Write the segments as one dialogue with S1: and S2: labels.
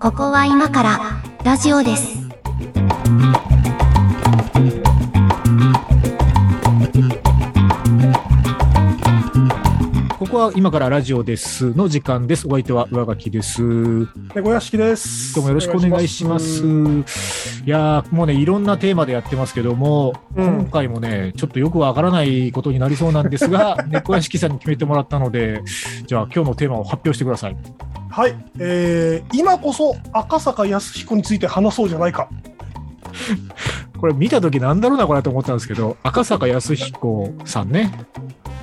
S1: ここは今からラジオです。
S2: ここは今からラジオですの時間です。お相手は上書きです。ど
S3: 猫屋敷です。
S2: うもよろしくお願いします。いやー、もうね、いろんなテーマでやってますけども、
S3: うん
S2: 今回もね、ちょっとよくわからないことになりそうなんです が、猫屋敷さんに決めてもらったので、じゃあ今日のテーマを発表してください。
S3: はい、えー、今こそ赤坂康彦について話そうじゃないか。
S2: これ見た時なんだろうな、これと思ったんですけど、赤坂康彦さんね、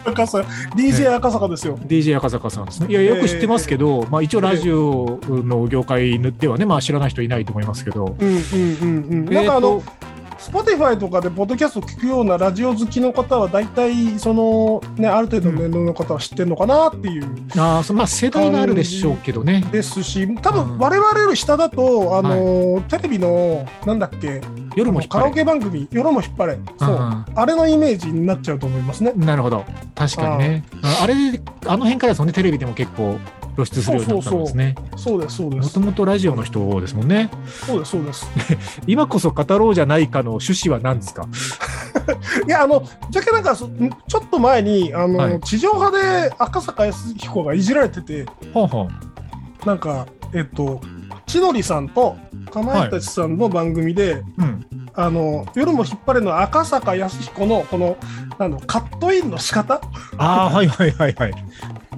S3: 赤坂、DJ 赤坂ですよ。
S2: DJ 赤坂さんですね。いや、よく知ってますけど、まあ一応ラジオの業界ではね、まあ知らない人いないと思いますけど、
S3: うんうんうんうん。なんかあの、Spotify とかでポッドキャスト聞くようなラジオ好きの方は大体そのねある程度の年齢の方は知ってるのかなっていう。
S2: あーそまあ世代があるでしょうけどね、
S3: ですし多分我々より下だと、あのテレビのなんだっけ
S2: 夜も引っ
S3: カラ
S2: 張
S3: オ
S2: る。
S3: ケ番組「夜も引っ張れ」そう、
S2: うん
S3: あれのイメージになっちゃうと思いますね。
S2: なるほど、確かにね。ああれ、あの辺からですもんね、テレビでも結構露出するようになったんですね。
S3: そうですそうで
S2: も
S3: す
S2: ともとラジオの人ですもんね。
S3: そうですそうです。
S2: 今こそ語ろうじゃないかの趣旨は何ですか
S3: いやあのじゃけなんかそんちょっと前にあの、
S2: はい
S3: 地上波で赤坂康彦がいじられてて
S2: ほんほん。
S3: なんかえっと千鳥さんとかまいたちさんの番組で、
S2: うん。
S3: あの夜も引っ張れの赤坂康彦のこのあのカットインの仕方
S2: ああ、はいはいはいはい。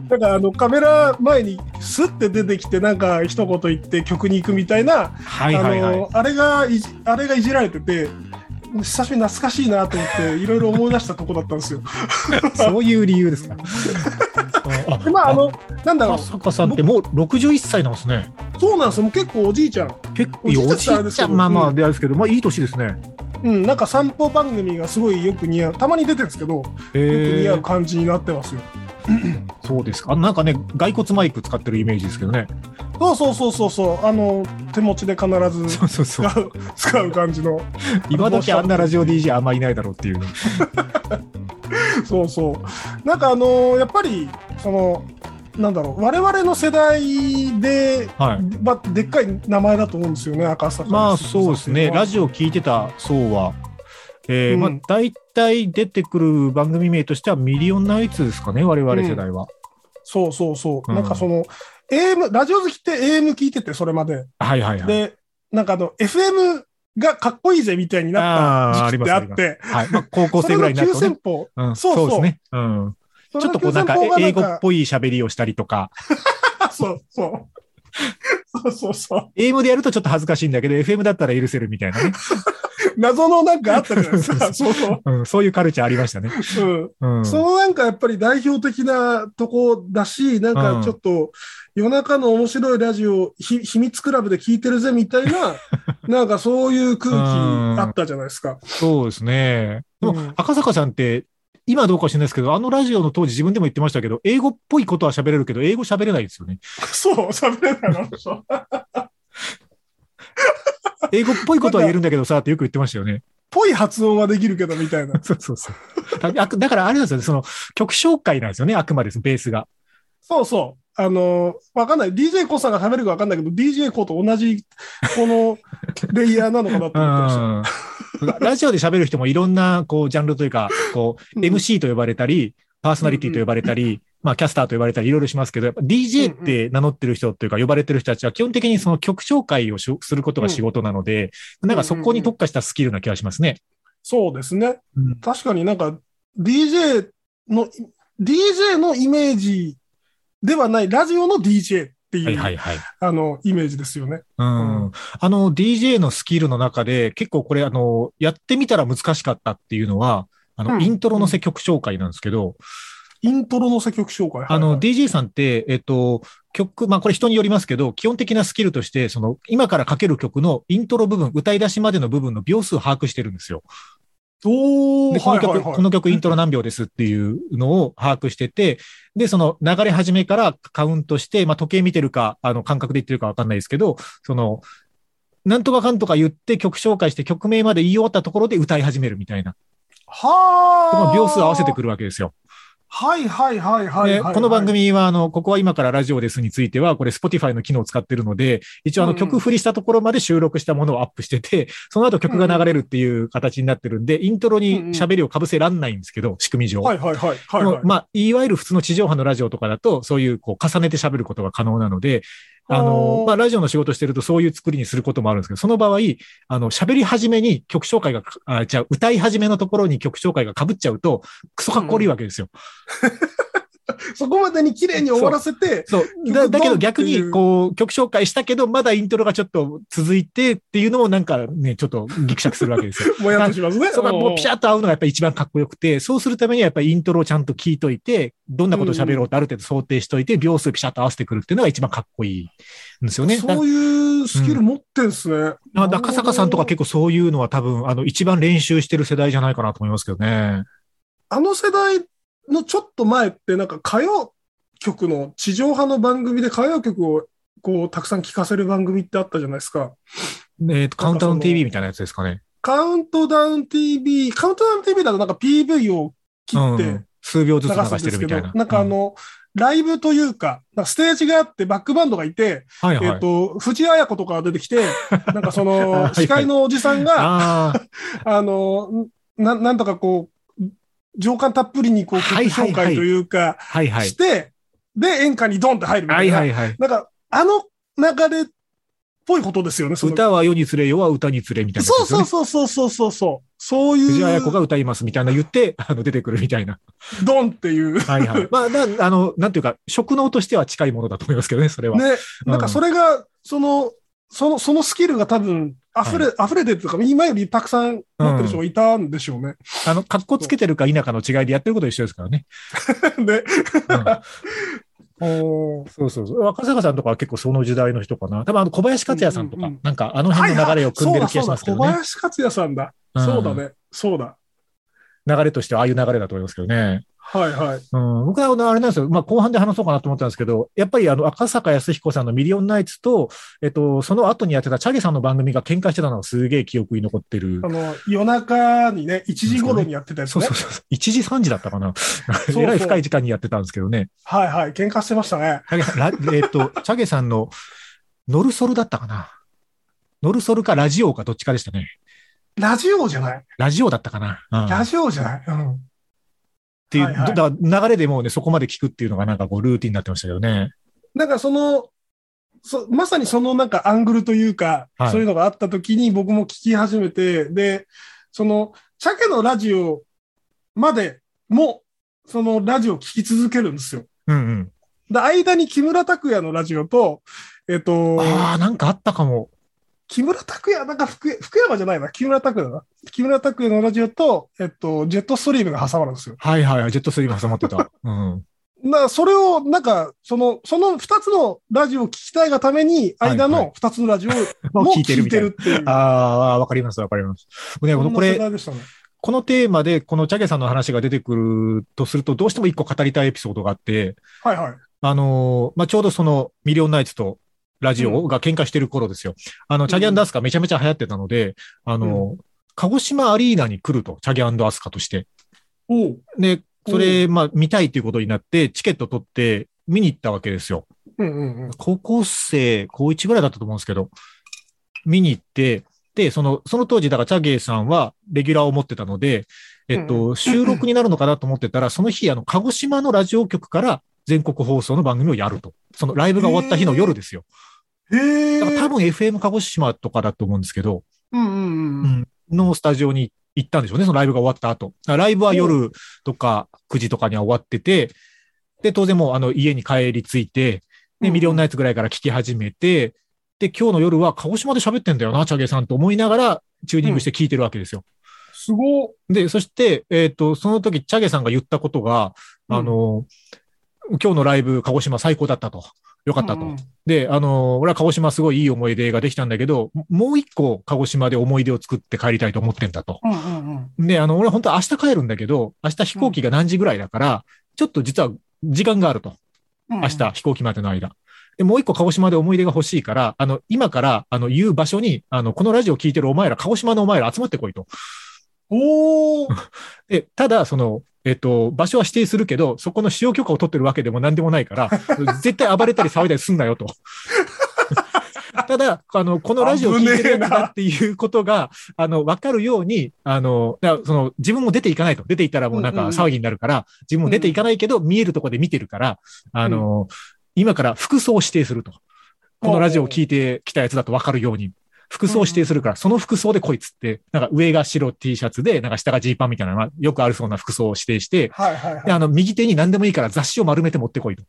S3: だからあのカメラ前にスッて出てきてなんか一言言って曲に行くみたいな、
S2: はいはいは
S3: あ
S2: い
S3: の。あれがいじあれがいじられてて久しぶりに懐かしいなと思っていろいろ思い出したとこだったんですよ。
S2: そういう理由ですか。 あ
S3: でまああのなんだろう
S2: 赤坂さんってもう61歳なんですね。
S3: そうなんですよ、もう結構おじいちゃん。
S2: 結構、
S3: おじいちゃん
S2: おじ
S3: あれ
S2: い
S3: です
S2: ち
S3: け
S2: ゃ
S3: ど
S2: ん、まあま
S3: う
S2: あ、
S3: ん
S2: であれですけど、まあいい年ですね。
S3: うん、なんか散歩番組がすごいよく似合う、たまに出てるんですけど、よく似合う感じになってますよ。
S2: そうですか。あのなんかね、骸骨マイク使ってるイメージですけどね。
S3: そうそうそうそうそう、あの、手持ちで必ず
S2: うそうそ
S3: 使う、使う感じの。
S2: 今時あんなラジオ DJ あんまいないだろうっていう。
S3: そうそう。なんかあの、やっぱり、その、なんだろう、我々の世代で、
S2: はい。
S3: までっかい名前だと思うんですよね、赤坂
S2: まあそうですね。ラ
S3: ジ
S2: ジオ聞いてた層は、えー
S3: うん
S2: まあ大体出てくる番組名としてはミリオンナイツですかね、我々世代は。
S3: そうそうそう。
S2: うん
S3: なんかその、AM、ラジオ好きって AM 聞いてて、それまで。
S2: はいはいはい。
S3: で、なんかあの、FM がかっこいいぜみたいになった
S2: あーあ
S3: 時
S2: り
S3: 期っ
S2: ます
S3: てあ
S2: あり
S3: っ
S2: ます
S3: て、
S2: はいまあ、高校
S3: そ
S2: 生
S3: れ
S2: ぐら
S3: の
S2: いになる
S3: 急
S2: とね。
S3: 先鋒、
S2: うん、
S3: そうそう
S2: ですね。うん。
S3: そ
S2: ち
S3: れ
S2: ょっ
S3: の
S2: とこうなんか
S3: 急先鋒が
S2: 英語っぽい喋りをしたりとか、
S3: あそうそう。そうそうそう。
S2: AM でやるとちょっと恥ずかしいんだけど、FM だったら許せるみたいなね。
S3: 謎のなんかあったじゃないですか。そうそ
S2: うん、 そういうカルチャーありましたね。
S3: う。うん。
S2: うん。
S3: そのなんかやっぱり代表的なとこだし、なん
S2: う
S3: か
S2: ん
S3: ちょっと夜中の面白いラジオ、ひ秘密クラブで聞いてるぜみたい な、なんかそういう空気あったじゃないですか。
S2: そうですね。でも、
S3: うん
S2: 赤坂さんって、今どうか知らないですけど、あのラジオの当時自分でも言ってましたけど、英語っぽいことは喋れるけど、英語喋れないですよね。
S3: そう、喋れないの。そう
S2: 英語っぽいことは言えるんだけどさ、ってよく言ってましたよね。
S3: ぽい発音はできるけどみたいな。
S2: そうそうそう。だあくだからあれなんですよね、その曲紹介なんですよね、あくまでベースが。
S3: そうそう。あのー、わかんない。DJ コさんが喋るかわかんないけど、DJ コと同じ、この レイヤーなのかなと
S2: う
S3: 思ってました。
S2: ん。ラジオで喋る人もいろんな、こう、ジャンルというか、こう、
S3: うん
S2: MC と呼ばれたり、パーソナリティと呼ばれたり、まあ、キャスターと呼ばれたり、いろいろしますけど、やっぱ DJ って名乗ってる人というか、呼ばれてる人たちは、基本的にその曲紹介をしょすることが仕事なので、なんかそこに特化したスキルな気がしますね。
S3: そうですね。
S2: うん
S3: 確かになんか、DJ の、DJ のイメージではない、ラジオの DJ っていう、
S2: はいはいはい。
S3: あの、イメージですよね。
S2: うん
S3: う
S2: あの、DJ のスキルの中で、結構これ、あの、やってみたら難しかったっていうのは、あの、
S3: うん
S2: イントロのせ曲紹介なんですけど、
S3: イントロの作曲紹介。
S2: あ
S3: はい
S2: の、
S3: はい
S2: DJ さんって、えっと、曲、まあ、これ人によりますけど、基本的なスキルとして、その、今からかける曲のイントロ部分、歌い出しまでの部分の秒数把握してるんですよ。
S3: おー
S2: で、この曲、
S3: はいはいはい
S2: この曲イントロ何秒ですっていうのを把握してて、で、その流れ始めからカウントして、まあ、時計見てるか、あの、感覚で言ってるかわかんないですけど、その、なんとかかんとか言って曲紹介して曲名まで言い終わったところで歌い始めるみたいな。
S3: は
S2: ま
S3: あ。
S2: あ秒数合わせてくるわけですよ。
S3: はいはいはいはいはい、
S2: で、この番組は、あの、ここは今からラジオですについては、これ Spotify の機能を使ってるので、一応あ
S3: う
S2: の
S3: ん
S2: 曲振りしたところまで収録したものをアップしてて、その後曲が流れるっていう形になってるんで、イントロに喋りを被せらんないんですけど、仕組み上。
S3: はいはいはいはい
S2: で
S3: は
S2: も
S3: い。
S2: まあ、いわゆる普通の地上波のラジオとかだと、そういう、こう、重ねて喋ることが可能なので、あ
S3: あ
S2: の
S3: ー、
S2: まあ、ラジオの仕事してるとそういう作りにすることもあるんですけど、その場合、あの、喋り始めに曲紹介が、あ、じゃあ歌い始めのところに曲紹介が被っちゃうと、クソかっこ悪いわけですよ。
S3: そこまでに綺麗に終わらせて、
S2: そう。だ、だけど逆
S3: 曲どんってい
S2: に、
S3: う
S2: こう、曲紹介したけど、まだイントロがちょっと続いてっていうのもなんかね、ちょっとギクシャクするわけです よ。
S3: もやっとしますね。
S2: そこはもうピシャッと合うのがやっぱり一番かっこよくて、そうするためにはやっぱりイントロをちゃんと聞いといて、どんなことを喋ろうとある程度想定しといて、秒数ピシャッと合わせてくるっていうのが一番かっこいいんですよね。
S3: そういうスキル持ってんすね。
S2: だだから坂さんとか結構そういうのは多分、あの、一番練習してる世代じゃないかなと思いますけどね。
S3: あの世代のちょっと前って、なんか歌謡曲の地上波の番組で歌謡曲をこうたくさん聴かせる番組ってあったじゃないですか。
S2: えっと、カウンタウン TV みたいなやつですかね。
S3: カウントダウン TV、カウントダウン TV だとなんか PV を切
S2: う
S3: って
S2: ん。数秒ず
S3: 流
S2: つ流
S3: すん
S2: して
S3: です
S2: る
S3: け
S2: み
S3: ど、
S2: たい
S3: な
S2: な。
S3: んかあの、ライブというか、なんかステージがあってバックバンドがいて、
S2: うん、はい
S3: えっ、
S2: はい。
S3: と、藤あや子とかが出てきて、なんか そ
S2: はいは
S3: の、
S2: い
S3: 司会のおじさんが、
S2: ああ、
S3: あの、ななんとかこう、情感たっぷりにこう、曲
S2: はいはい
S3: 紹
S2: はい
S3: 介というか、
S2: はい はい
S3: し。て、で、演歌にドンって入るみた
S2: はいい
S3: な。
S2: はいはい。
S3: なんか、あの流れっぽいことですよね、その
S2: 歌は世につれ、世は歌につれみたいなやつ
S3: そう
S2: ですよね、
S3: そうそうそうそうそうそう。そういう。
S2: 藤あや子が歌いますみたいな言って、 あの、出てくるみたいな。
S3: ドンっていう。
S2: はいはい。 まあ、なあの、なんていうか、職能としては近いものだと思いますけどね、それは。
S3: ね。
S2: うん
S3: なんかそれが、その、その、そのスキルが多分、溢れ、溢れてるというか、今よりたくさん持ってる人がいたんでしょうね。
S2: あの、格好つけてるか否かの違いでやってることは一緒ですからね。
S3: ね。
S2: うん、そうそうそう。若坂さんとかは結構その時代の人かな。多分あの、小林克也さんとか、
S3: うんうんうん
S2: なんかあの辺の流れを組んでる気がしますけどね。
S3: はいはいそうだそうだ小林克也さんだ。そうだね。そうだ。
S2: うん。流れとしてはああいう流れだと思いますけどね。
S3: はいはい。
S2: うん、僕はあのあれなんですよ。まあ、後半で話そうかなと思ったんですけど、やっぱりあの、赤坂康彦さんのミリオンナイツと、えっと、その後にやってたチャゲさんの番組が喧嘩してたのがすげえ記憶に残ってる
S3: あ。の、夜中にね、1時頃にやってたやつ
S2: そう
S3: ね
S2: そう。そう。1時3時だったかな。
S3: そう
S2: えらい深い時間にやってたんですけどね。
S3: はいはい。喧嘩してましたね。
S2: チャゲさん、ラえっと、チャゲさんの、ノルソルだったかな。ノルソルかラジオかどっちかでしたね。
S3: ラジオじゃない
S2: ラジオだったかな。うん、
S3: ラ
S2: っ
S3: ジオじゃない、うん、
S2: ていう、
S3: はいはい
S2: だから流れでもうね、そこまで聞くっていうのがなんかこう、ルーティンになってましたけどね。
S3: なんかそのそ、まさにそのなんかアングルというか、
S2: はい
S3: そういうのがあった時に僕も聞き始めて、で、その、鮭のラジオまでも、そのラジオ聞き続けるんですよ。
S2: うん
S3: で、間に木村拓哉のラジオと、えっ、
S2: うん。
S3: と、
S2: ああ、なんかあったかも。
S3: 木村拓哉、なんか福福山じゃないな、木村拓哉だな。木村拓哉のラジオと、えっ、と、ジェットストリームが挟まるんですよ。
S2: はいはいはい、ジェットストリーム挟まってた。 うん。
S3: なそれを、なんか、その、その二つのラジオを聞きたいがために、
S2: はいはい
S3: 間の二つのラジオをも
S2: もう聞
S3: 聞い
S2: いて
S3: てる
S2: る
S3: っ
S2: み
S3: て
S2: たいな
S3: いう。
S2: ああ、わかりますわかります。ね、
S3: そんな
S2: こ
S3: 世
S2: れ、
S3: 代でしたね
S2: このテーマで、このチャゲさんの話が出てくるとすると、どうしても一個語りたいエピソードがあって、
S3: はいはい。
S2: あのーまあ、ちょうどそのミリオンナイツとラジオが喧嘩してる頃ですよ。あの、チャゲアンダスカめちゃめちゃ流行ってたので、あのー鹿児島アリーナに来ると、チャゲアンダスカとして。
S3: おう。
S2: で、それ、まあ、見たいということになって、チケット取って、見に行ったわけですよ。
S3: うんうんうん。
S2: 高校生、高1ぐらいだったと思うんですけど、見に行って、で、その、その当時、だから、チャゲーさんは、レギュラーを持ってたので、えっと、収録になるのかなと思ってたら、その日、あの、鹿児島のラジオ局から全国放送の番組をやると。そのライブが終わった日の夜ですよ。
S3: へえ。
S2: だから多分 FM 鹿児島とかだと思うんですけど、
S3: うんうんうん。
S2: のスタジオに行ったんでしょうね、そのライブが終わった後。だからライブは夜とか9時とかには終わってて、で、当然もうあの家に帰り着いて、
S3: うんう
S2: で、
S3: ん
S2: ミリオンナイツぐらいから聞き始めて、で、今日の夜は鹿児島で喋ってんだよな、チャゲさんと思いながらチューニングして聞いてるわけですよ。
S3: すごっ
S2: で、そして、えっ、と、その時、チャゲさんが言ったことが、あの、今日のライブ、鹿児島最高だったと。よかったと。
S3: うんうん
S2: で、あの、俺は鹿児島すごいいい思い出ができたんだけど、もう一個鹿児島で思い出を作って帰りたいと思ってんだと。
S3: うんうんうん。
S2: で、あの、俺は本当は明日帰るんだけど、明日飛行機が何時ぐらいだから、ちょっと実は時間があると。
S3: 明
S2: 明日飛行機までの間。で、もう一個鹿児島で思い出が欲しいから、あの、今から、あの、言う場所に、あの、このラジオ聞いてるお前ら、鹿児島のお前ら集まってこいと。
S3: おお。
S2: で、ただ、その、えっと、場所は指定するけど、そこの使用許可を取ってるわけでも何でもないから、 絶対暴れたり騒いだりすんなよと。 ただ、あの、このラジオを聞いてるやつだっていうことが、あの、わかるように、あの、だからその、自分も出ていかないと。出ていたらもうなん
S3: うん
S2: か
S3: うん
S2: 騒ぎになるから、自分も出ていかないけど、見えるとこで見てるから、あの、今から服装を指定すると。このラジオを聞いてきたやつだとわかるように。服装を指定するから、その服装でこいつって、なんか上が白 T シャツで、なんか下がジーパンみたいなのがよくあるそうな服装を指定して、
S3: はいはい
S2: であの、右手に何でもいいから雑誌を丸めて持ってこいと。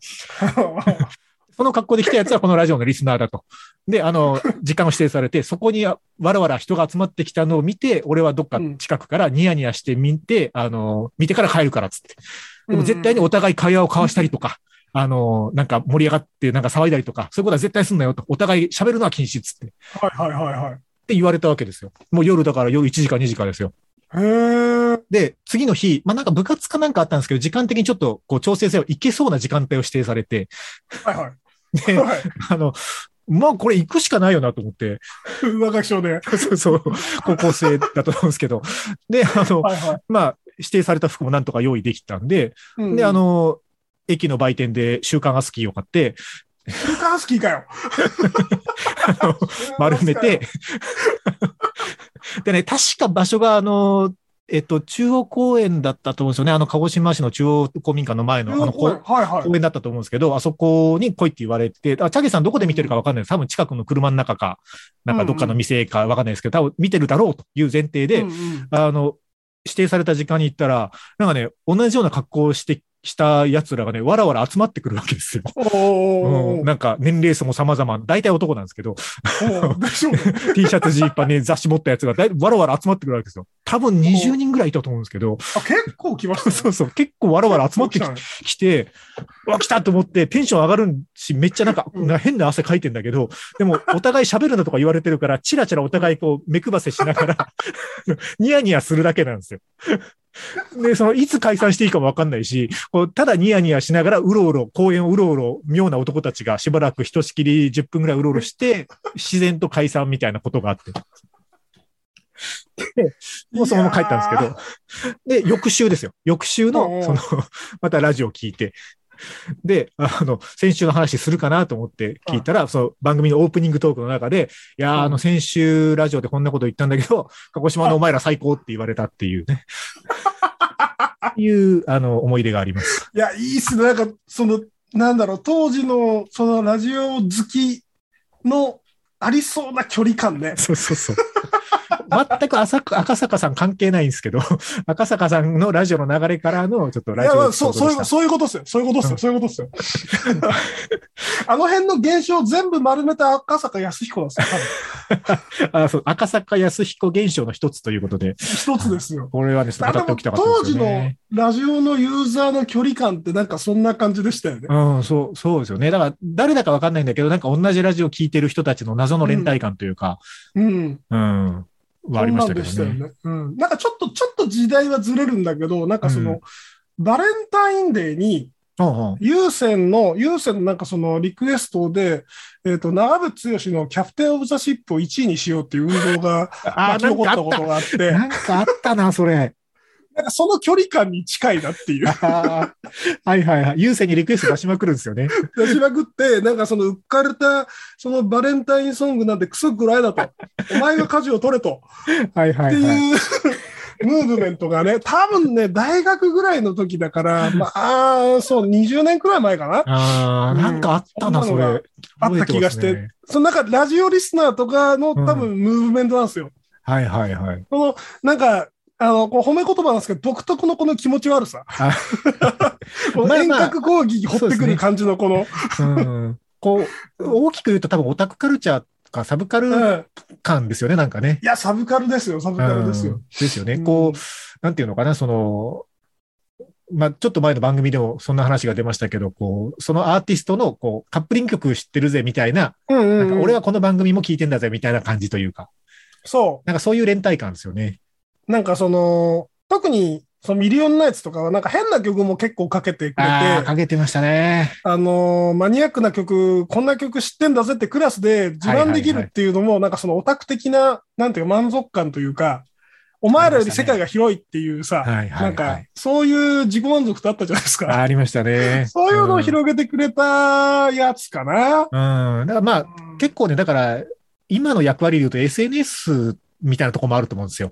S3: はい。
S2: その格好で来たやつはこのラジオのリスナーだと。で、あの、時間を指定されて、そこにわらわら人が集まってきたのを見て、俺はどっか近くからニヤニヤして見て、あの、見てから帰るからっつって。でも絶対にお互い会話を交わしたりとか、あの、なんか盛り上がって、なんか騒いだりとか、そういうことは絶対すんなよと。お互い喋るのは禁止っつって。っ
S3: はいはいはいはい。
S2: て言われたわけですよ。もう夜だから夜1時か2時かですよ。
S3: へー
S2: で、次の日、まあ、なんか部活かなんかあったんですけど、時間的にちょっと、こう、調整せよ、行けそうな時間帯を指定されて、
S3: はいはい。
S2: で、
S3: はい
S2: あの、まあ、これ行くしかないよなと思って、
S3: 若き少年。
S2: そうそう、高校生だと思うんですけど。で、あの、
S3: は いは
S2: まあ、指定された服もなんとか用意できたんで、
S3: い。
S2: で、あ、の、駅の売店で週刊アスキーを買って、
S3: 週刊スキーかよ。
S2: あの丸めて、でね、確か場所が、あの、えっと、中央公園だったと思うんですよね。あの、鹿児島市の中央公民館の前の、あの、
S3: はい
S2: こ
S3: はい。
S2: 公園だったと思うんですけど、あそこに来いって言われて、あ、チャゲさんどこで見てるかわかんないです。多分近くの車の中か、なんかどっかの店かわかんないですけど、多分見てるだろうという前提で、
S3: うんうん
S2: あの、指定された時間に行ったら、なんかね、同じような格好をして、した奴らがね、わらわら集まってくるわけですよ。
S3: おーお
S2: う
S3: ー
S2: ん、なんか年齢層も様々、大体男なんですけ ど、
S3: おーでしょうね
S2: T シャツ、ジーパンに雑誌持ったやつがだいわらわら集まってくるわけですよ。多分20人ぐらいいたと思うんですけど、
S3: あ結構来まし たね。
S2: そうそう、結構わらわら集まってき
S3: そう来
S2: 来て、うわ、来たと思ってテンション上がるし、めっちゃなんか、
S3: うん
S2: なんか変な汗かいてんだけど、でもお互い喋るなとか言われてるから、チラチラお互いこう目配せしながら、 ニヤニヤするだけなんですよ。で、その、いつ解散していいかもわかんないし、こう、ただニヤニヤしながら、うろうろ、公園をうろうろ、妙な男たちがしばらくひとしきり10分ぐらいうろうろして、自然と解散みたいなことがあって。で、もうそのまま帰ったんですけど。で、翌週ですよ。翌週
S3: うんう
S2: の、
S3: ん
S2: その、 またラジオ聞いて。で、あの、先週の話するかなと思って聞いたら、その番組のオープニングトークの中で、いやー、あの、先週ラジオでこんなこと言ったんだけど、鹿児島のお前ら最高って言われたっていう ね。いう、あの、思い出があります。
S3: いや、いいっすね。なんか、その、なんだろう、当時の、そのラジオ好きの、ありそうな距離感ね。
S2: そうそうそう。全く浅く赤坂さん関係ないんですけど、赤坂さんのラジオの流れからの、ちょっと
S3: い
S2: ラジ
S3: や、
S2: オ
S3: ま
S2: の
S3: あ、そう、そういう、そういうことっすよ。そういうことっす
S2: うん
S3: よ。そういうことっすよ。 あの辺の現象を全部丸めた赤坂康彦なんですよ。
S2: あそう赤坂康彦現象の一つということで、
S3: 多分一つですよ。
S2: これはね、ちょっ
S3: あ
S2: と
S3: で
S2: 語ってお
S3: も
S2: きたかった
S3: 当
S2: です
S3: 時
S2: よ
S3: の
S2: ね。
S3: ラジオのユーザーの距離感ってなんかそんな感じでしたよね。
S2: うん、そう、そうですよね。だから、誰だかわかんないんだけど、なんか同じラジオ聞いてる人たちの謎の連帯感というか、
S3: うん。
S2: うん、はありましたけ
S3: そ
S2: ど
S3: んなん
S2: ね。
S3: でしたよね。うん。なんかちょっと、ちょっと時代はずれるんだけど、なんかその、
S2: うん
S3: バレンタインデーに、
S2: うんうん
S3: 有線の、有線のなんかそのリクエストで、えっ、と、長渕剛のキャプテンオブザシップを1位にしようっていう運動が
S2: あ
S3: 巻
S2: ー、
S3: き起こった
S2: なん
S3: こと
S2: か
S3: があって、
S2: あった。なんかあったな、それ。
S3: なんかその距離感に近いなっていう。
S2: あーはいはいはい。優先にリクエスト出しまくるんですよね。
S3: 出しまくって、なんかその浮かれた、そのバレンタインソングなんてクソくらいだと。お前が舵を取れと。
S2: はいは
S3: って
S2: いはい。
S3: いうムーブメントがね、多分ね、大学ぐらいの時だ から、まあ、そう、20年くらい前かな。
S2: ああ、なんかあったな、
S3: うんそ
S2: そ
S3: んなの
S2: れ
S3: が。あった気がして
S2: 覚えますね。
S3: その中、ラジオリスナーとかの多分ムーブメントなんですよ。
S2: はいはいはい。
S3: その、なんか、あの、こう褒め言葉なんですけど、独特のこの気持ち悪さ
S2: あ。
S3: こ
S2: ま
S3: の
S2: あ
S3: 遠
S2: まあ
S3: 隔攻撃掘ってくる感じのこの、
S2: うん。こう、大きく言うと多分オタクカルチャーとかサブカル
S3: うん
S2: 感ですよね、なんかね。
S3: いや、サブカルですよ、サブカルです
S2: う
S3: よ
S2: ん。ですよね。こう、なんていうのかな、その、まあ、ちょっと前の番組でもそんな話が出ましたけど、こう、そのアーティストの、こう、カップリング曲知ってるぜ、みたいな、
S3: うん、うんう
S2: なん
S3: ん
S2: か俺はこの番組も聞いてんだぜ、みたいな感じというか、
S3: そ
S2: なんかそういう連帯感ですよね。
S3: う。なんかその、特に、そのミリオンナイツとかは、なんか変な曲も結構かけてくれて、
S2: ああ、かけてましたね。
S3: あのーマニアックな曲、こんな曲知ってんだぜってクラスで自慢できるっていうのも、なんかそのオタク的な、なんていうか満足感というか、お前らより世界が広いっていうさ、
S2: はいはいはい
S3: なんか、そういう自己満足ってあったじゃないです
S2: あ
S3: か。
S2: ありましたね。
S3: そういうのを広げてくれたやつかな。
S2: うん。うんだからまあ、結構ね、だから、今の役割で言うと SNS みたいなとこもあると思うんですよ。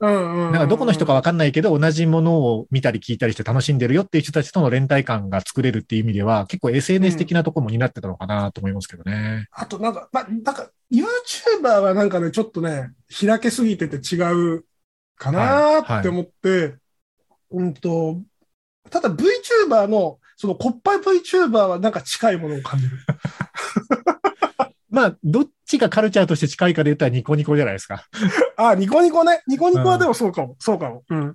S3: うんうんうん。
S2: なんかどこの人かわかんないけど、同じものを見たり聞いたりして楽しんでるよっていう人たちとの連帯感が作れるっていう意味では、結構 SNS 的なところも担ってたのかなと思いますけどね。
S3: あとなんか、ま、なんか、YouTuber はなんかね、ちょっとね、開けすぎてて違うかなーって思って、うんと、ただ VTuber の、その、こっぱい VTuber はなんか近いものを感 じる。
S2: まあ、どっちがカルチャーとして近いかで言ったらニコニコじゃないですか。
S3: あ、ニコニコね。ニコニコはでもそうかも、そうかも。うん。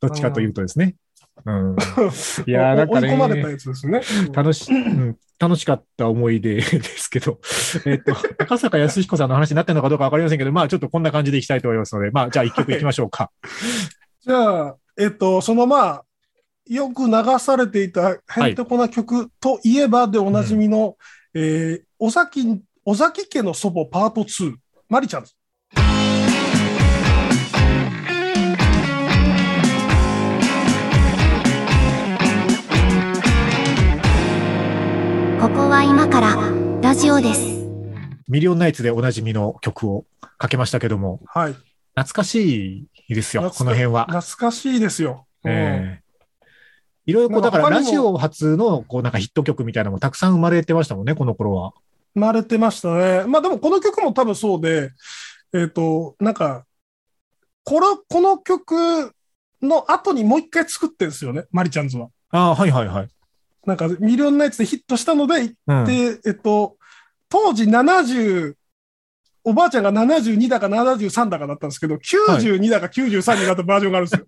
S2: どっちかというとですね。 うん。い
S3: い
S2: やー、なんか
S3: 追い込まれた
S2: ね、
S3: やつですね。
S2: 楽し、うん楽しかった思い出 ですけど、えっ と、高坂康彦さんの話になってるのかどうかわかりませんけど、まあちょっとこんな感じでいきたいと思いますので、まあじゃあ一曲いきましょうか。
S3: じゃあ、えっと、そのまあ、よく流されていた、へんてこな曲といえばでおなじみの、えー尾崎、尾崎家の祖母パート2、マリちゃんです。
S1: ここは今からラジオです。
S2: ミリオンナイツでおなじみの曲をかけましたけども、
S3: はい。
S2: 懐かしいですよ、
S3: 懐か
S2: この辺は。
S3: 懐かしいですよ。うん
S2: ええいろいろこう、
S3: な
S2: だ
S3: んか
S2: からラ
S3: 他にも
S2: ジオ初の、こう、なんかヒット曲みたいなのもたくさん生まれてましたもんね、この頃は。
S3: 生まれてましたね。まあでもこの曲も多分そうで、えっ、と、なんか、この、この曲の後にもう一回作ってるんですよね、マリちゃんズは。
S2: ああ、はいはいはい。
S3: なんか、ミリオンナイツでヒットしたので、
S2: うん、
S3: で、えっと、当時70、おばあちゃんが72だか73だかだったんですけど、92だか93になったバージョンがあるんですよ。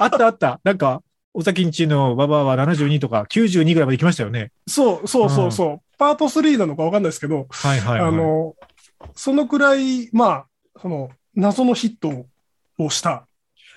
S2: あったあった。なんか、お先んちのババアは72とか92ぐらいまで行きましたよね。
S3: そうそうそうそう、パート3なのかわかんないですけど、
S2: はいはい、はい。
S3: あの、そのくらい、まあ、その、謎のヒットをした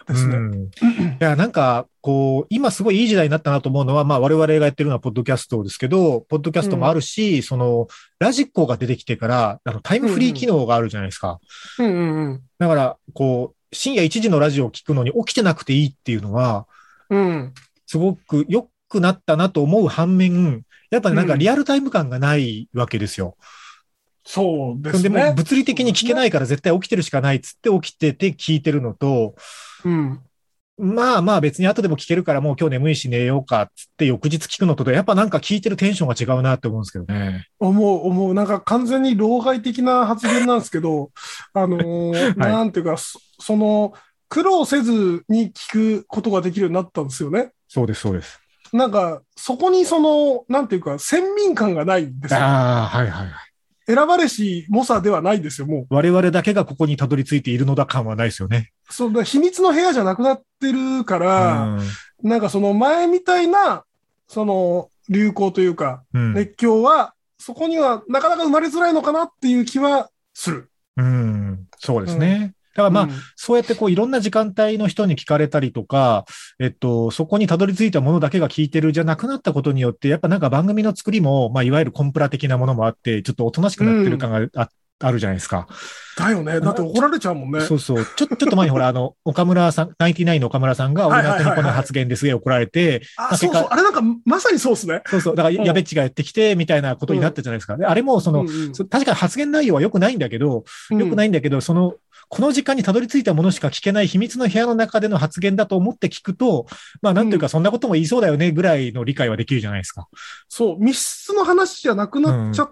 S3: ですね。
S2: うん、いや、なんか、こう、今すごいいい時代になったなと思うのは、まあ、我々がやってるのはポッドキャストですけど、ポッドキャストもあるし、その、ラジコが出てきてから、あの、タイムフリー機能があるじゃないですか。
S3: うんうん
S2: だから、こう、深夜1時のラジオを聞くのに起きてなくていいっていうのは、
S3: うん。うん。
S2: すごく良くなったなと思う反面、やっぱねなんか
S3: うん
S2: リアルタイム感がないわけですよ。
S3: そうで
S2: ですも
S3: ね。
S2: 物理的に聞けないから絶対起きてるしかないっつって起きてて聞いてるのと、
S3: うん。
S2: まあまあ別に後でも聞けるからもう今日眠いし寝ようかっつって翌日聞くのとで、やっぱなんか聞いてるテンションが違うなって思うんですけどね。
S3: 思う、思う。なんか完全に老害的な発言なんですけど、あの ー
S2: はい
S3: なんていうか、そその、苦労せずに聞くことができるようになったんですよね。
S2: そうです、そうです。
S3: なんか、そこにその、なんていうか、先民感がないんですよ。
S2: ああ、はいはいはい。
S3: 選ばれし猛者ではないんですよ、もう。
S2: 我々だけがここにたどり着いているのだ感はないですよね。
S3: そんな秘密の部屋じゃなくなってるから、なんかその前みたいな、その、流行というか、
S2: うん。うん
S3: 熱狂は、そこにはなかなか生まれづらいのかなっていう気はする。
S2: うん。そうですね。だからまあ、
S3: うん
S2: そうやってこういろんな時間帯の人に聞かれたりとか、えっと、そこにたどり着いたものだけが聞いてるじゃなくなったことによって、やっぱなんか番組の作りも、まあ、いわゆるコンプラ的なものもあって、ちょっとおとなしくなってる感があ,、あるじゃないですか。
S3: だよね。だって怒られちゃうもんね。
S2: そうそう。ちょ、ちょっと前にほら、あの、岡村さん、ナインティナインの岡村さんが、
S3: は
S2: 俺
S3: いはいはいはい
S2: のこの発言ですげえ怒られて、
S3: あ、そうそう。あれなんか、まさにそうですね。
S2: そうそう、だから
S3: うん。
S2: やべっちがやってきて、みたいなことになったじゃないですか。であれも、その、そ確かに発言内容は良くないんだけど、良くないいんだけど、その、この時間にたどり着いたものしか聞けない秘密の部屋の中での発言だと思って聞くと、まあなんていう
S3: う
S2: かそんなことも言いそうだよねぐらいの理解はできるじゃないですか。
S3: そう、密室の話じゃなくなっちゃっ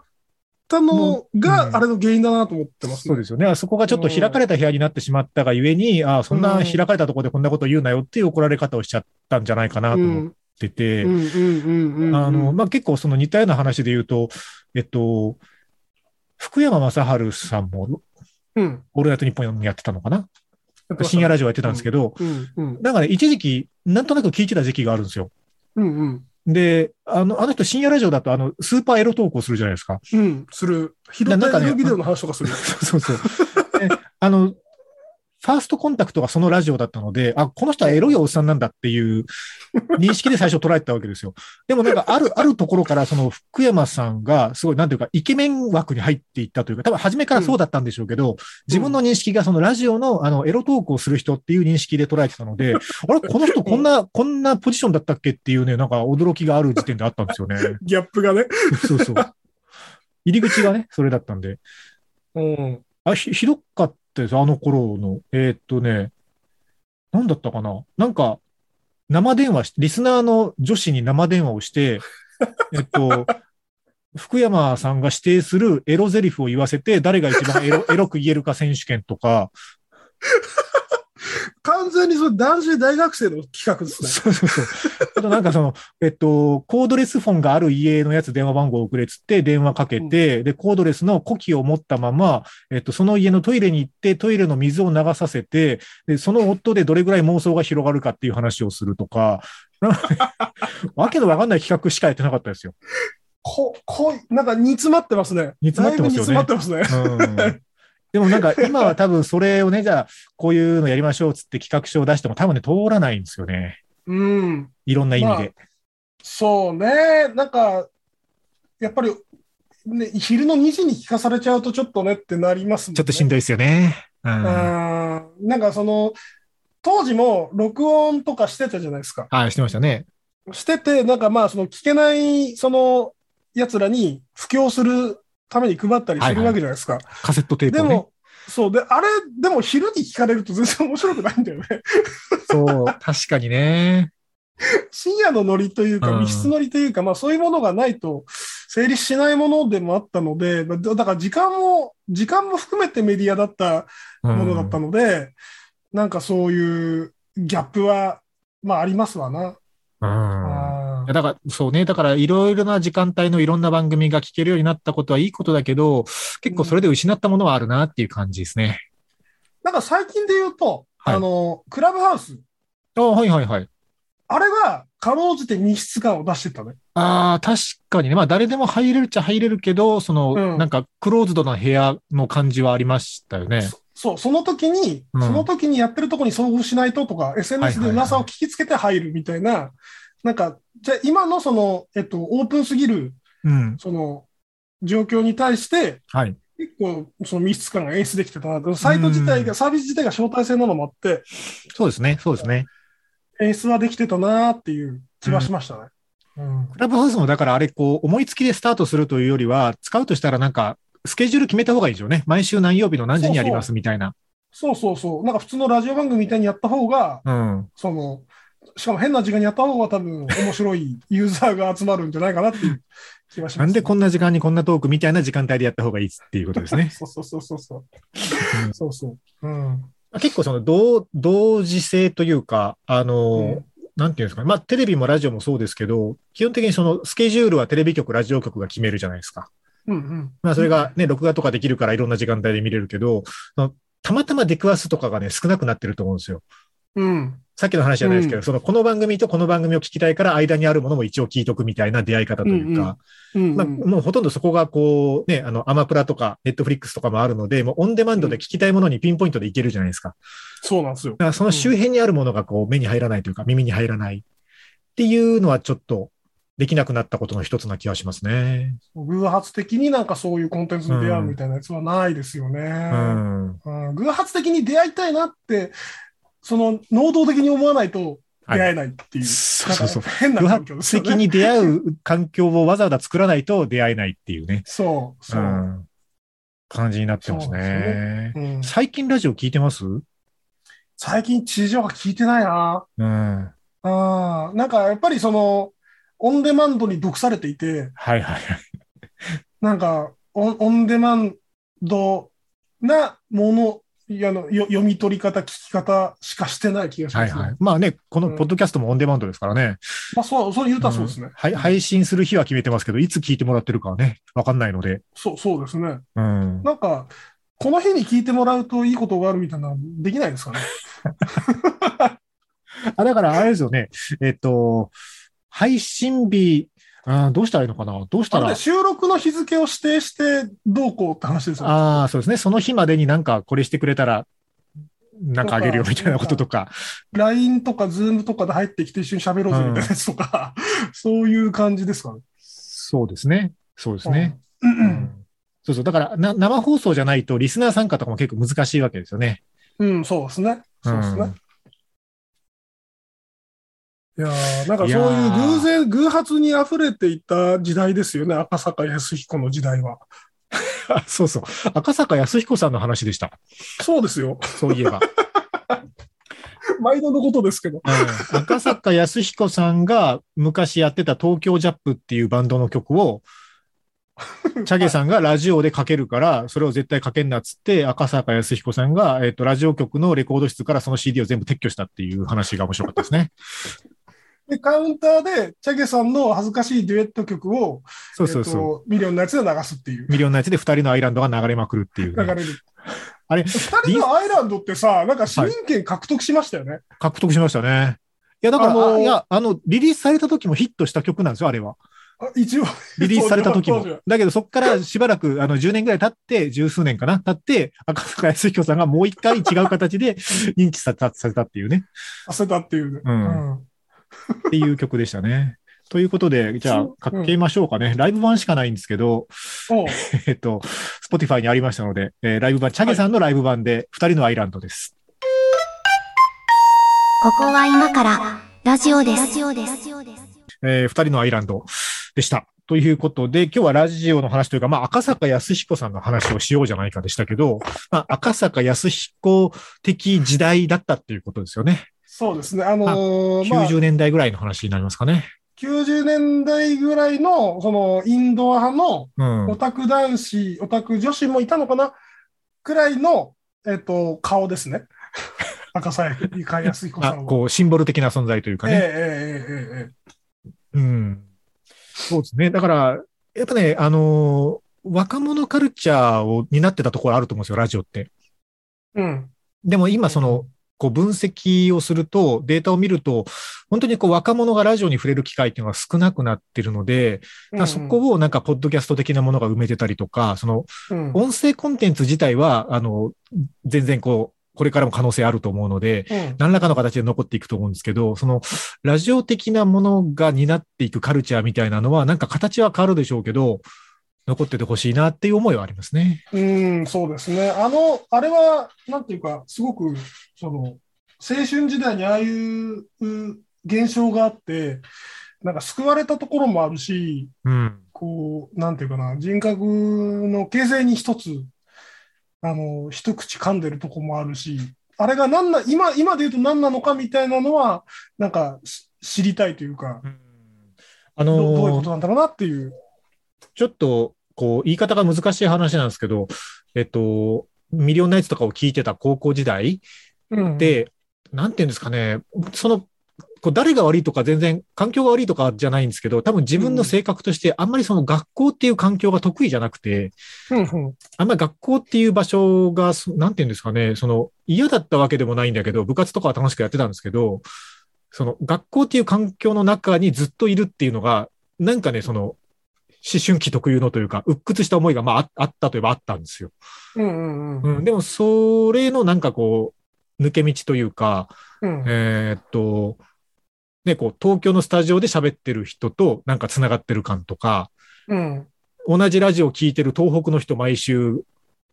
S3: たの
S2: う
S3: が、
S2: ん
S3: あれの原因だなと思ってます、
S2: そうですよね。あそこがちょっと開かれた部屋になってしまったがゆえに、ああ、そんな開かれたところでこんなこと言うなよっていう怒られ方をしちゃったんじゃないかな
S3: う
S2: と思っ
S3: ん
S2: て
S3: う
S2: て、
S3: んうんうんうん。
S2: あの、まあ結構その似たような話で言うと、えっと、福山雅治さんも、
S3: うん。
S2: オールナイトニッポンやってたのかな深夜
S3: ラ
S2: ラジオやってたんですけど、
S3: うんうん
S2: なんかね、一時期、なんとなく聞いてた時期があるんですよ。
S3: うんうん。
S2: で、あの、あの人深夜ラジオだと、あの、スーパーエロ投稿するじゃないです か。
S3: うん。する。ひどい
S2: なんかね
S3: ビデオの話とかする。
S2: そうそうそう。であの、ファーストコンタクトがそのラジオだったので、あ、この人はエロいおっさんなんだっていう認識で最初捉えてたわけですよ。でもなんかある、あるところからその福山さんがすごいなんていうかイケメン枠に入っていったというか、多分初めからそうだったんでしょうけど、自分の認識がそのラジオのあのエロトークをする人っていう認識で捉えてたので、あれ、この人こんな、こんなポジションだったっけっていうね、なんか驚きがある時点であったんですよね。
S3: ギャップがね。
S2: そうそう。入り口がね、それだったんで。
S3: うん。
S2: あ、ひ、ひどかったです。あの頃の。えーっとね、なんだったかな。なんか、生電話し、リスナーの女子に生電話をして、えっと、福山さんが指定するエロゼリフを言わせて、誰が一番エロ、エロく言えるか選手権とか、
S3: 完全にそれ男子大学生の企画ですね。
S2: そうそうそう。あとなんかその、えっと、コードレスフォンがある家のやつ電話番号を送れっつって電話かけて、で、コードレスの呼気を持ったまま、えっと、その家のトイレに行ってトイレの水を流させて、で、その夫でどれぐらい妄想が広がるかっていう話をすると か、なんかねわけのわかんない企画しかやってなかったですよ。
S3: こ、こい、なんか煮詰まってますね。
S2: 煮詰まってますよね
S3: だいぶ煮詰まってますね。
S2: うんでもなんか今は多分それをね、じゃあこういうのやりましょうっつって企画書を出しても多分ね、通らないんですよね。
S3: うん。
S2: いろんな意味で。
S3: そうね。なんか、やっぱり、ね、昼の2時に聞かされちゃうとちょっとねってなりますもんね。
S2: ちょっとしんどいですよね。うん。は
S3: うんなんかその、当時も録音とかしてたじゃないですか。
S2: い、してましたね。
S3: してて、なんかまあ、その聞けない、その、奴らに布教するために配ったりするわけじゃないですか。
S2: カセットテープ
S3: で
S2: をね。
S3: も、そうで、あれ、でも昼に聞かれると全然面白くないんだよね。
S2: そう、 確かにね。
S3: 深夜のノリというか、
S2: うん
S3: 密室ノリというか、まあそういうものがないと成立しないものでもあったので、まあだだから時間も、時間も含めてメディアだった
S2: うん
S3: ものだったので、なんかそういうギャップは、まあありますわな。
S2: うん
S3: あ
S2: い
S3: ー
S2: やだから、そうね。だから、いろいろな時間帯のいろんな番組が聞けるようになったことはいいことだけど、結構それで失ったものはあるなっていう感じですね。
S3: なんか最近で言うと、
S2: はい
S3: あの、クラブハウス、
S2: あはいはいはい。
S3: あれはかろうじて密室感を出してたね。
S2: ああ、確かにね。まあ、誰でも入れるっちゃ入れるけど、その、
S3: うん
S2: なんか、クローズドな部屋の感じはありましたよね。
S3: そそう、その時に、
S2: うん
S3: その時にやってるとこに遭遇しないととか、SNS で噂を聞きつけて入るみたいな、なんか、じゃあ今のその、えっと、オープンすぎる、
S2: うん。
S3: その、状況に対して、
S2: はい。
S3: 結構、その密室感が演出できてたな。サイト自体
S2: う
S3: が、
S2: ん
S3: サービス自体が招待制なのもあって、
S2: そうですね。そうですね。
S3: 演出はできてたなっていう気はしましたね。うん
S2: クラブハウスもだからあれこう思いつきでスタートするというよりは、使うとしたらなんかスケジュール決めた方がいいでしょうね。毎週何曜日の何時にやりますみたいな。
S3: そうそうそう。なんか普通のラジオ番組みたいにやった方が、
S2: うん。
S3: その、しかも変な時間にやった方が多分面白いユーザーが集まるんじゃないかなっていう気がし
S2: な
S3: ます。
S2: んでこんな時間にこんなトークみたいな時間帯でやった方がいいっていうことです ね。
S3: そうそうそうそうそうう。そうそう。うん。
S2: 結構その同、同時性というか、あの、
S3: うん
S2: なんていうんですかね。まあテレビもラジオもそうですけど、基本的にそのスケジュールはテレビ局、ラジオ局が決めるじゃないですか。
S3: うんうん。
S2: まあそれがね、録画とかできるからいろんな時間帯で見れるけど、そのたまたま出くわすとかがね、少なくなってると思うんですよ。
S3: うん。
S2: さっきの話じゃないですけど、
S3: うん
S2: その、この番組とこの番組を聞きたいから、間にあるものも一応聞いとくみたいな出会い方というか、
S3: うん。
S2: まあ、もうほとんどそこがこう、ね、あの、アマプラとか、ネットフリックスとかもあるので、もうオンデマンドで聞きたいものにピンポイントでいけるじゃないですか。
S3: そうなんですよ
S2: だ。からその周辺にあるものがこう、目に入らないというか、耳に入らないっていうのはちょっと、できなくなったことの一つな気がしますね。
S3: 偶発的になんかそういうコンテンツに出会うみたいなやつはないですよね。
S2: うん。
S3: うん偶発的に出会いたいなって、その、能動的に思わないと出会えないっていう。
S2: そ
S3: な
S2: うんそ
S3: か
S2: うそう。
S3: 変 な
S2: 偶
S3: 環境で
S2: 発
S3: すよ
S2: 的
S3: ね。
S2: に出会う環境をわざわざ作らないと出会えないっていうね。
S3: そう、そうう。
S2: ん。感じになってます
S3: そうなんです
S2: ね。
S3: うん
S2: 最近ラジオ聞いてますうん。
S3: 最近地上波聞いてないな。
S2: はい
S3: あーなんかやっぱりその、オンデマンドに毒されていて、
S2: はいはい。
S3: なんかオン、オンデマンドなもの、いやあのよ読み取り方、聞き方しかしてない気がし
S2: は
S3: ま
S2: い
S3: す、
S2: はい。まあね、この
S3: うん
S2: ポッドキャストもオンデマンドですからね。
S3: まあ、そう、そう言うたらそうですね。
S2: んはい。配信する日は決めてますけど、いつ聞いてもらってるかはね、わかんないので。
S3: そう、そうですね。
S2: うん。
S3: なんか、この日に聞いてもらうといいことがあるみたいなのできないですかね。
S2: あ、だからあれですよね。えっと、配信日、あーどうしたらいいのかなどうし
S3: あ
S2: た
S3: の
S2: ら
S3: ね、。収録の日付を指定してどうこうって話ですよね。
S2: ああ、そうですね。その日までになんかこれしてくれたらなんかあげるよみたいなこととか。
S3: LINE とか Zoom とかで入ってきて一緒に喋ろうぜみたいなやつとか、 そういう感じですかね。
S2: そうですね。そうですね。
S3: うんう
S2: うんんそうそう。だからな、生放送じゃないと、リスナー参加とかも結構難しいわけですよね。
S3: うん、そうですね。そうですね。いやーなんかそういう偶然、偶発に溢れていた時代ですよね、赤坂康彦の時代は。
S2: あ そうそう。赤坂康彦さんの話でした。
S3: そうですよ。
S2: そういえば。
S3: 毎度のことですけど。
S2: うん赤坂康彦さんが昔やってた東京ジャップっていうバンドの曲を、チャゲさんがラジオでかけるから、それを絶対かけんなっつって、赤坂康彦さんが、えっ、と、ラジオ局のレコード室からその CD を全部撤去したっていう話が面白かったですね。
S3: で、カウンターで、チャゲさんの恥ずかしいデュエット曲を、
S2: そうそうそう。
S3: えっとミリオンのやつで流すっていう。
S2: ミリオンのやつで二人のアイランドが流れまくるっていう、
S3: 流れ
S2: ね。
S3: る。
S2: あれ
S3: 二人のアイランドってさ、なんか市民権獲得しましたよね。
S2: 獲得しましたね。いや、だから、
S3: あのー
S2: あいや、あの、リリースされた時もヒットした曲なんですよ、あれは。
S3: あ一応。
S2: リリースされた時
S3: 当時
S2: も
S3: は。
S2: だけど、そこからしばらく、あの、10年ぐらい経って、十数年かな経って、赤坂康彦さんがもう一回違う形で認知された、されたっていうね、
S3: させたっていうね。
S2: うん
S3: うん
S2: っていう曲でしたね。ということで、じゃあ
S3: そう、
S2: かけましょうかね。ライブ版しかないんですけど、
S3: おう
S2: えっと、Spotify にありましたので、えーライブ版、チャゲさんのライブ版で、二人のアイランドです。
S1: ここは今からラジオです。ラジオです。
S2: えー二人のアイランドでした。ということで、今日はラジオの話というか、まあ、赤坂康彦さんの話をしようじゃないかでしたけど、まあ、赤坂康彦的時代だったっていうことですよね。
S3: そうですね。あのーまあ、
S2: 90年代ぐらいの話になりますかね。
S3: 90年代ぐらいの、その、インドア派の
S2: うん。
S3: オタク男子、オタク女子もいたのかなくらいの、えっ、と、顔ですね。 赤さえ、ゆかやすい子さ
S2: あ、
S3: んは。
S2: こう、シンボル的な存在というか
S3: ええ
S2: ね。
S3: ええええええ
S2: うん。そうですね。だから、やっぱね、あのー若者カルチャーを担ってたところあると思うんですよ、ラジオって。
S3: うん。
S2: でも今、その、こう、分析をすると、データを見ると、本当にこう、若者がラジオに触れる機会っていうのが少なくなってるので、だからそこをなんか、ポッドキャスト的なものが埋めてたりとか、その、
S3: うん、うん
S2: 音声コンテンツ自体は、あの、全然こう、これからも可能性あると思うので、
S3: うん
S2: 何らかの形で残っていくと思うんですけど、その、ラジオ的なものが担っていくカルチャーみたいなのは、なんか形は変わるでしょうけど、残っててほしいなっていう思いはありますね。
S3: うん、そうですね。あの、あれは、なんていうか、すごく、その、青春時代にああいうう現象があって、なんか救われたところもあるし、
S2: うん。
S3: こう、なんていうかな、人格の形成に一つ、あの、一口噛んでるとこもあるし、あれが何な、今、今で言うと何なのかみたいなのは、なんか、し知りたいというか、
S2: あ
S3: どどういうこ
S2: の
S3: となんだろうなっていう。
S2: ちょっと、こう、言い方が難しい話なんですけど、えっと、ミリオンナイツとかを聞いてた高校時代、
S3: うん、
S2: で、なんていうんですかね、その、こう誰が悪いとか全然環境が悪いとかじゃないんですけど、多分自分の性格としてあんまりその学校っていう環境が得意じゃなくて、
S3: うんうん、
S2: あんまり学校っていう場所が、そなんていうんですかね、その嫌だったわけでもないんだけど、部活とかは楽しくやってたんですけど、その学校っていう環境の中にずっといるっていうのが、なんかね、その、思春期特有のというか、鬱屈した思いが、まああ、あったといえばあったんですよ。
S3: うん、うん、うん
S2: うん、でも、それのなんかこう、抜け道というか、
S3: うん、
S2: えーっと、ね、こう、東京のスタジオで喋ってる人となんか繋がってる感とか、
S3: うん、
S2: 同じラジオ聴いてる東北の人毎週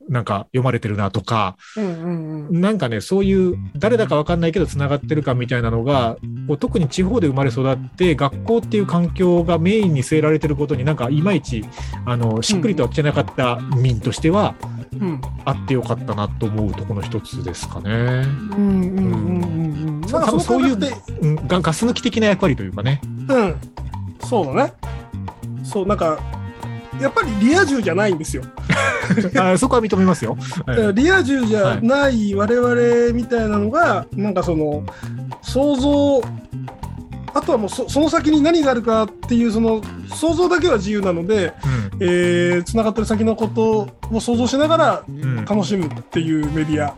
S2: なんか読まれてるなとか、
S3: うん、うん、うん、
S2: なんかね、そういう誰だかわかんないけど繋がってる感みたいなのが、こう特に地方で生まれ育って学校っていう環境がメインに据えられてることになんかいまいち、あの、しっくりとは来てなかった民としては、
S3: うん。
S2: あってよかったなと思うとこの一つですかね。
S3: うんうんうんうんうん。なん
S2: 多分
S3: か
S2: そ
S3: そうう
S2: い
S3: いううで、
S2: うん、ガガス抜き的な役割というかね。
S3: うん、そうだね。そうなんかやっぱりリア充じゃないんですよ。
S2: あそこは認めますよ。はい
S3: リア充じゃない我々みたいなのがなんかその想像あとはもうそその先に何があるかっていうその想像だけは自由なので、
S2: う
S3: えー、繋がってる先のことを想像しながら
S2: んうん
S3: 楽しむっていうメディア。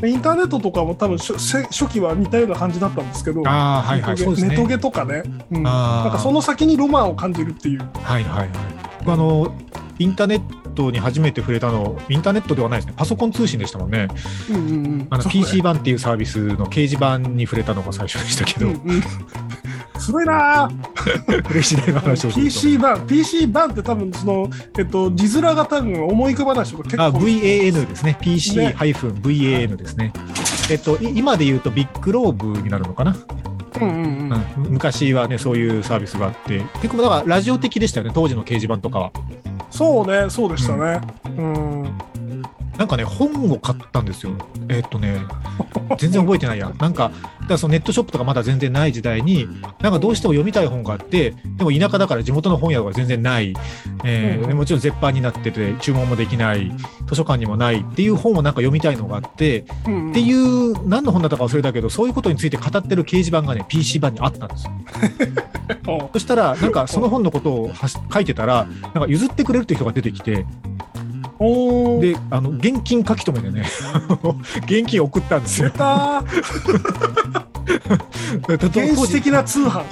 S3: でインターネットとかも多分初せ初期は似たような感じだったんですけど、
S2: ああ、はいはい、そうです
S3: ネト
S2: ね。
S3: ゲとかね、うん
S2: あー
S3: なんかその先にロマンを感じるっていう。
S2: はいはいはい。あの、インターネットに初めて触れたの、インターネットではないですね、パソコン通信でしたもんね。
S3: うんうんうん
S2: あの
S3: そうね
S2: PC 版っていうサービスの掲示板に触れたのが最初でしたけ
S3: う
S2: ど、
S3: んうんすごいなぁ
S2: 古い時代の話を すると。
S3: PC 版 PC 版って多分その、えっと、字面が多分思い浮かばない人が結構
S2: あ VAN ですね、PC-VAN ですね。えっと、い今で言うとビッグローブになるのかな、
S3: うんうんうん
S2: うん昔はね、そういうサービスがあって、結構だからラジオ的でしたよね、当時の掲示板とかは。
S3: そうねそうでしたねうん、
S2: なんかね、本を買ったんですよ。えっとね、全然覚えて ないや。なんか、だからそのネットショップとかまだ全然ない時代に、なんかどうしても読みたい本があって、でも田舎だから地元の本屋が全然ない、えー
S3: うん
S2: でもちろん絶版になってて、注文もできない、図書館にもないっていう本をなんか読みたいのがあって、
S3: うん
S2: っていう、何の本だったか忘れたけど、そういうことについて語ってる掲示板がね、PC 版にあったんですよ。
S3: うん
S2: そしたら、なんかその本のことをはし書いてたら、なんか譲ってくれるっていう人が出てきて、
S3: おー
S2: で、あの、現金書き留めでね、 現金送ったんです
S3: 出
S2: よ。
S3: た ー原始的な通販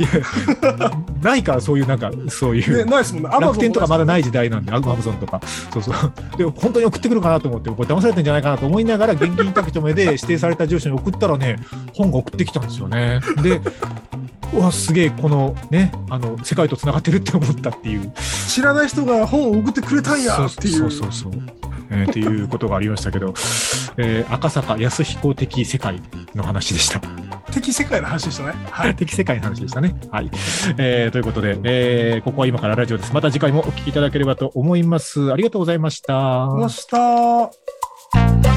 S2: いやないから、そういう、なんか、そうい
S3: ね
S2: う。
S3: ないですもんねアマ
S2: 楽
S3: ゾン
S2: 天とかまだない時代なんで、アマゾンとか。そうそう。で、本当に送ってくるかなと思って、これ騙されてんじゃないかなと思いながら、現金書き留め で指定された住所に送ったらね、本が送ってきたんですよね。で、うわ、すげえ、このね、あの、世界と繋がってるって思ったっていう。
S3: 知らない人が本を送ってくれたんや
S2: そう
S3: っていう
S2: そうそうそう、えーっていうことがありましたけど、えー赤坂安彦的世界の話でした。
S3: 敵世界の話でしたねはい
S2: 的世界の話でしたね。はい。えーということで、えーここは今からラジオです。また次回もお聞きいただければと思います。ありがとうございました。
S3: ました。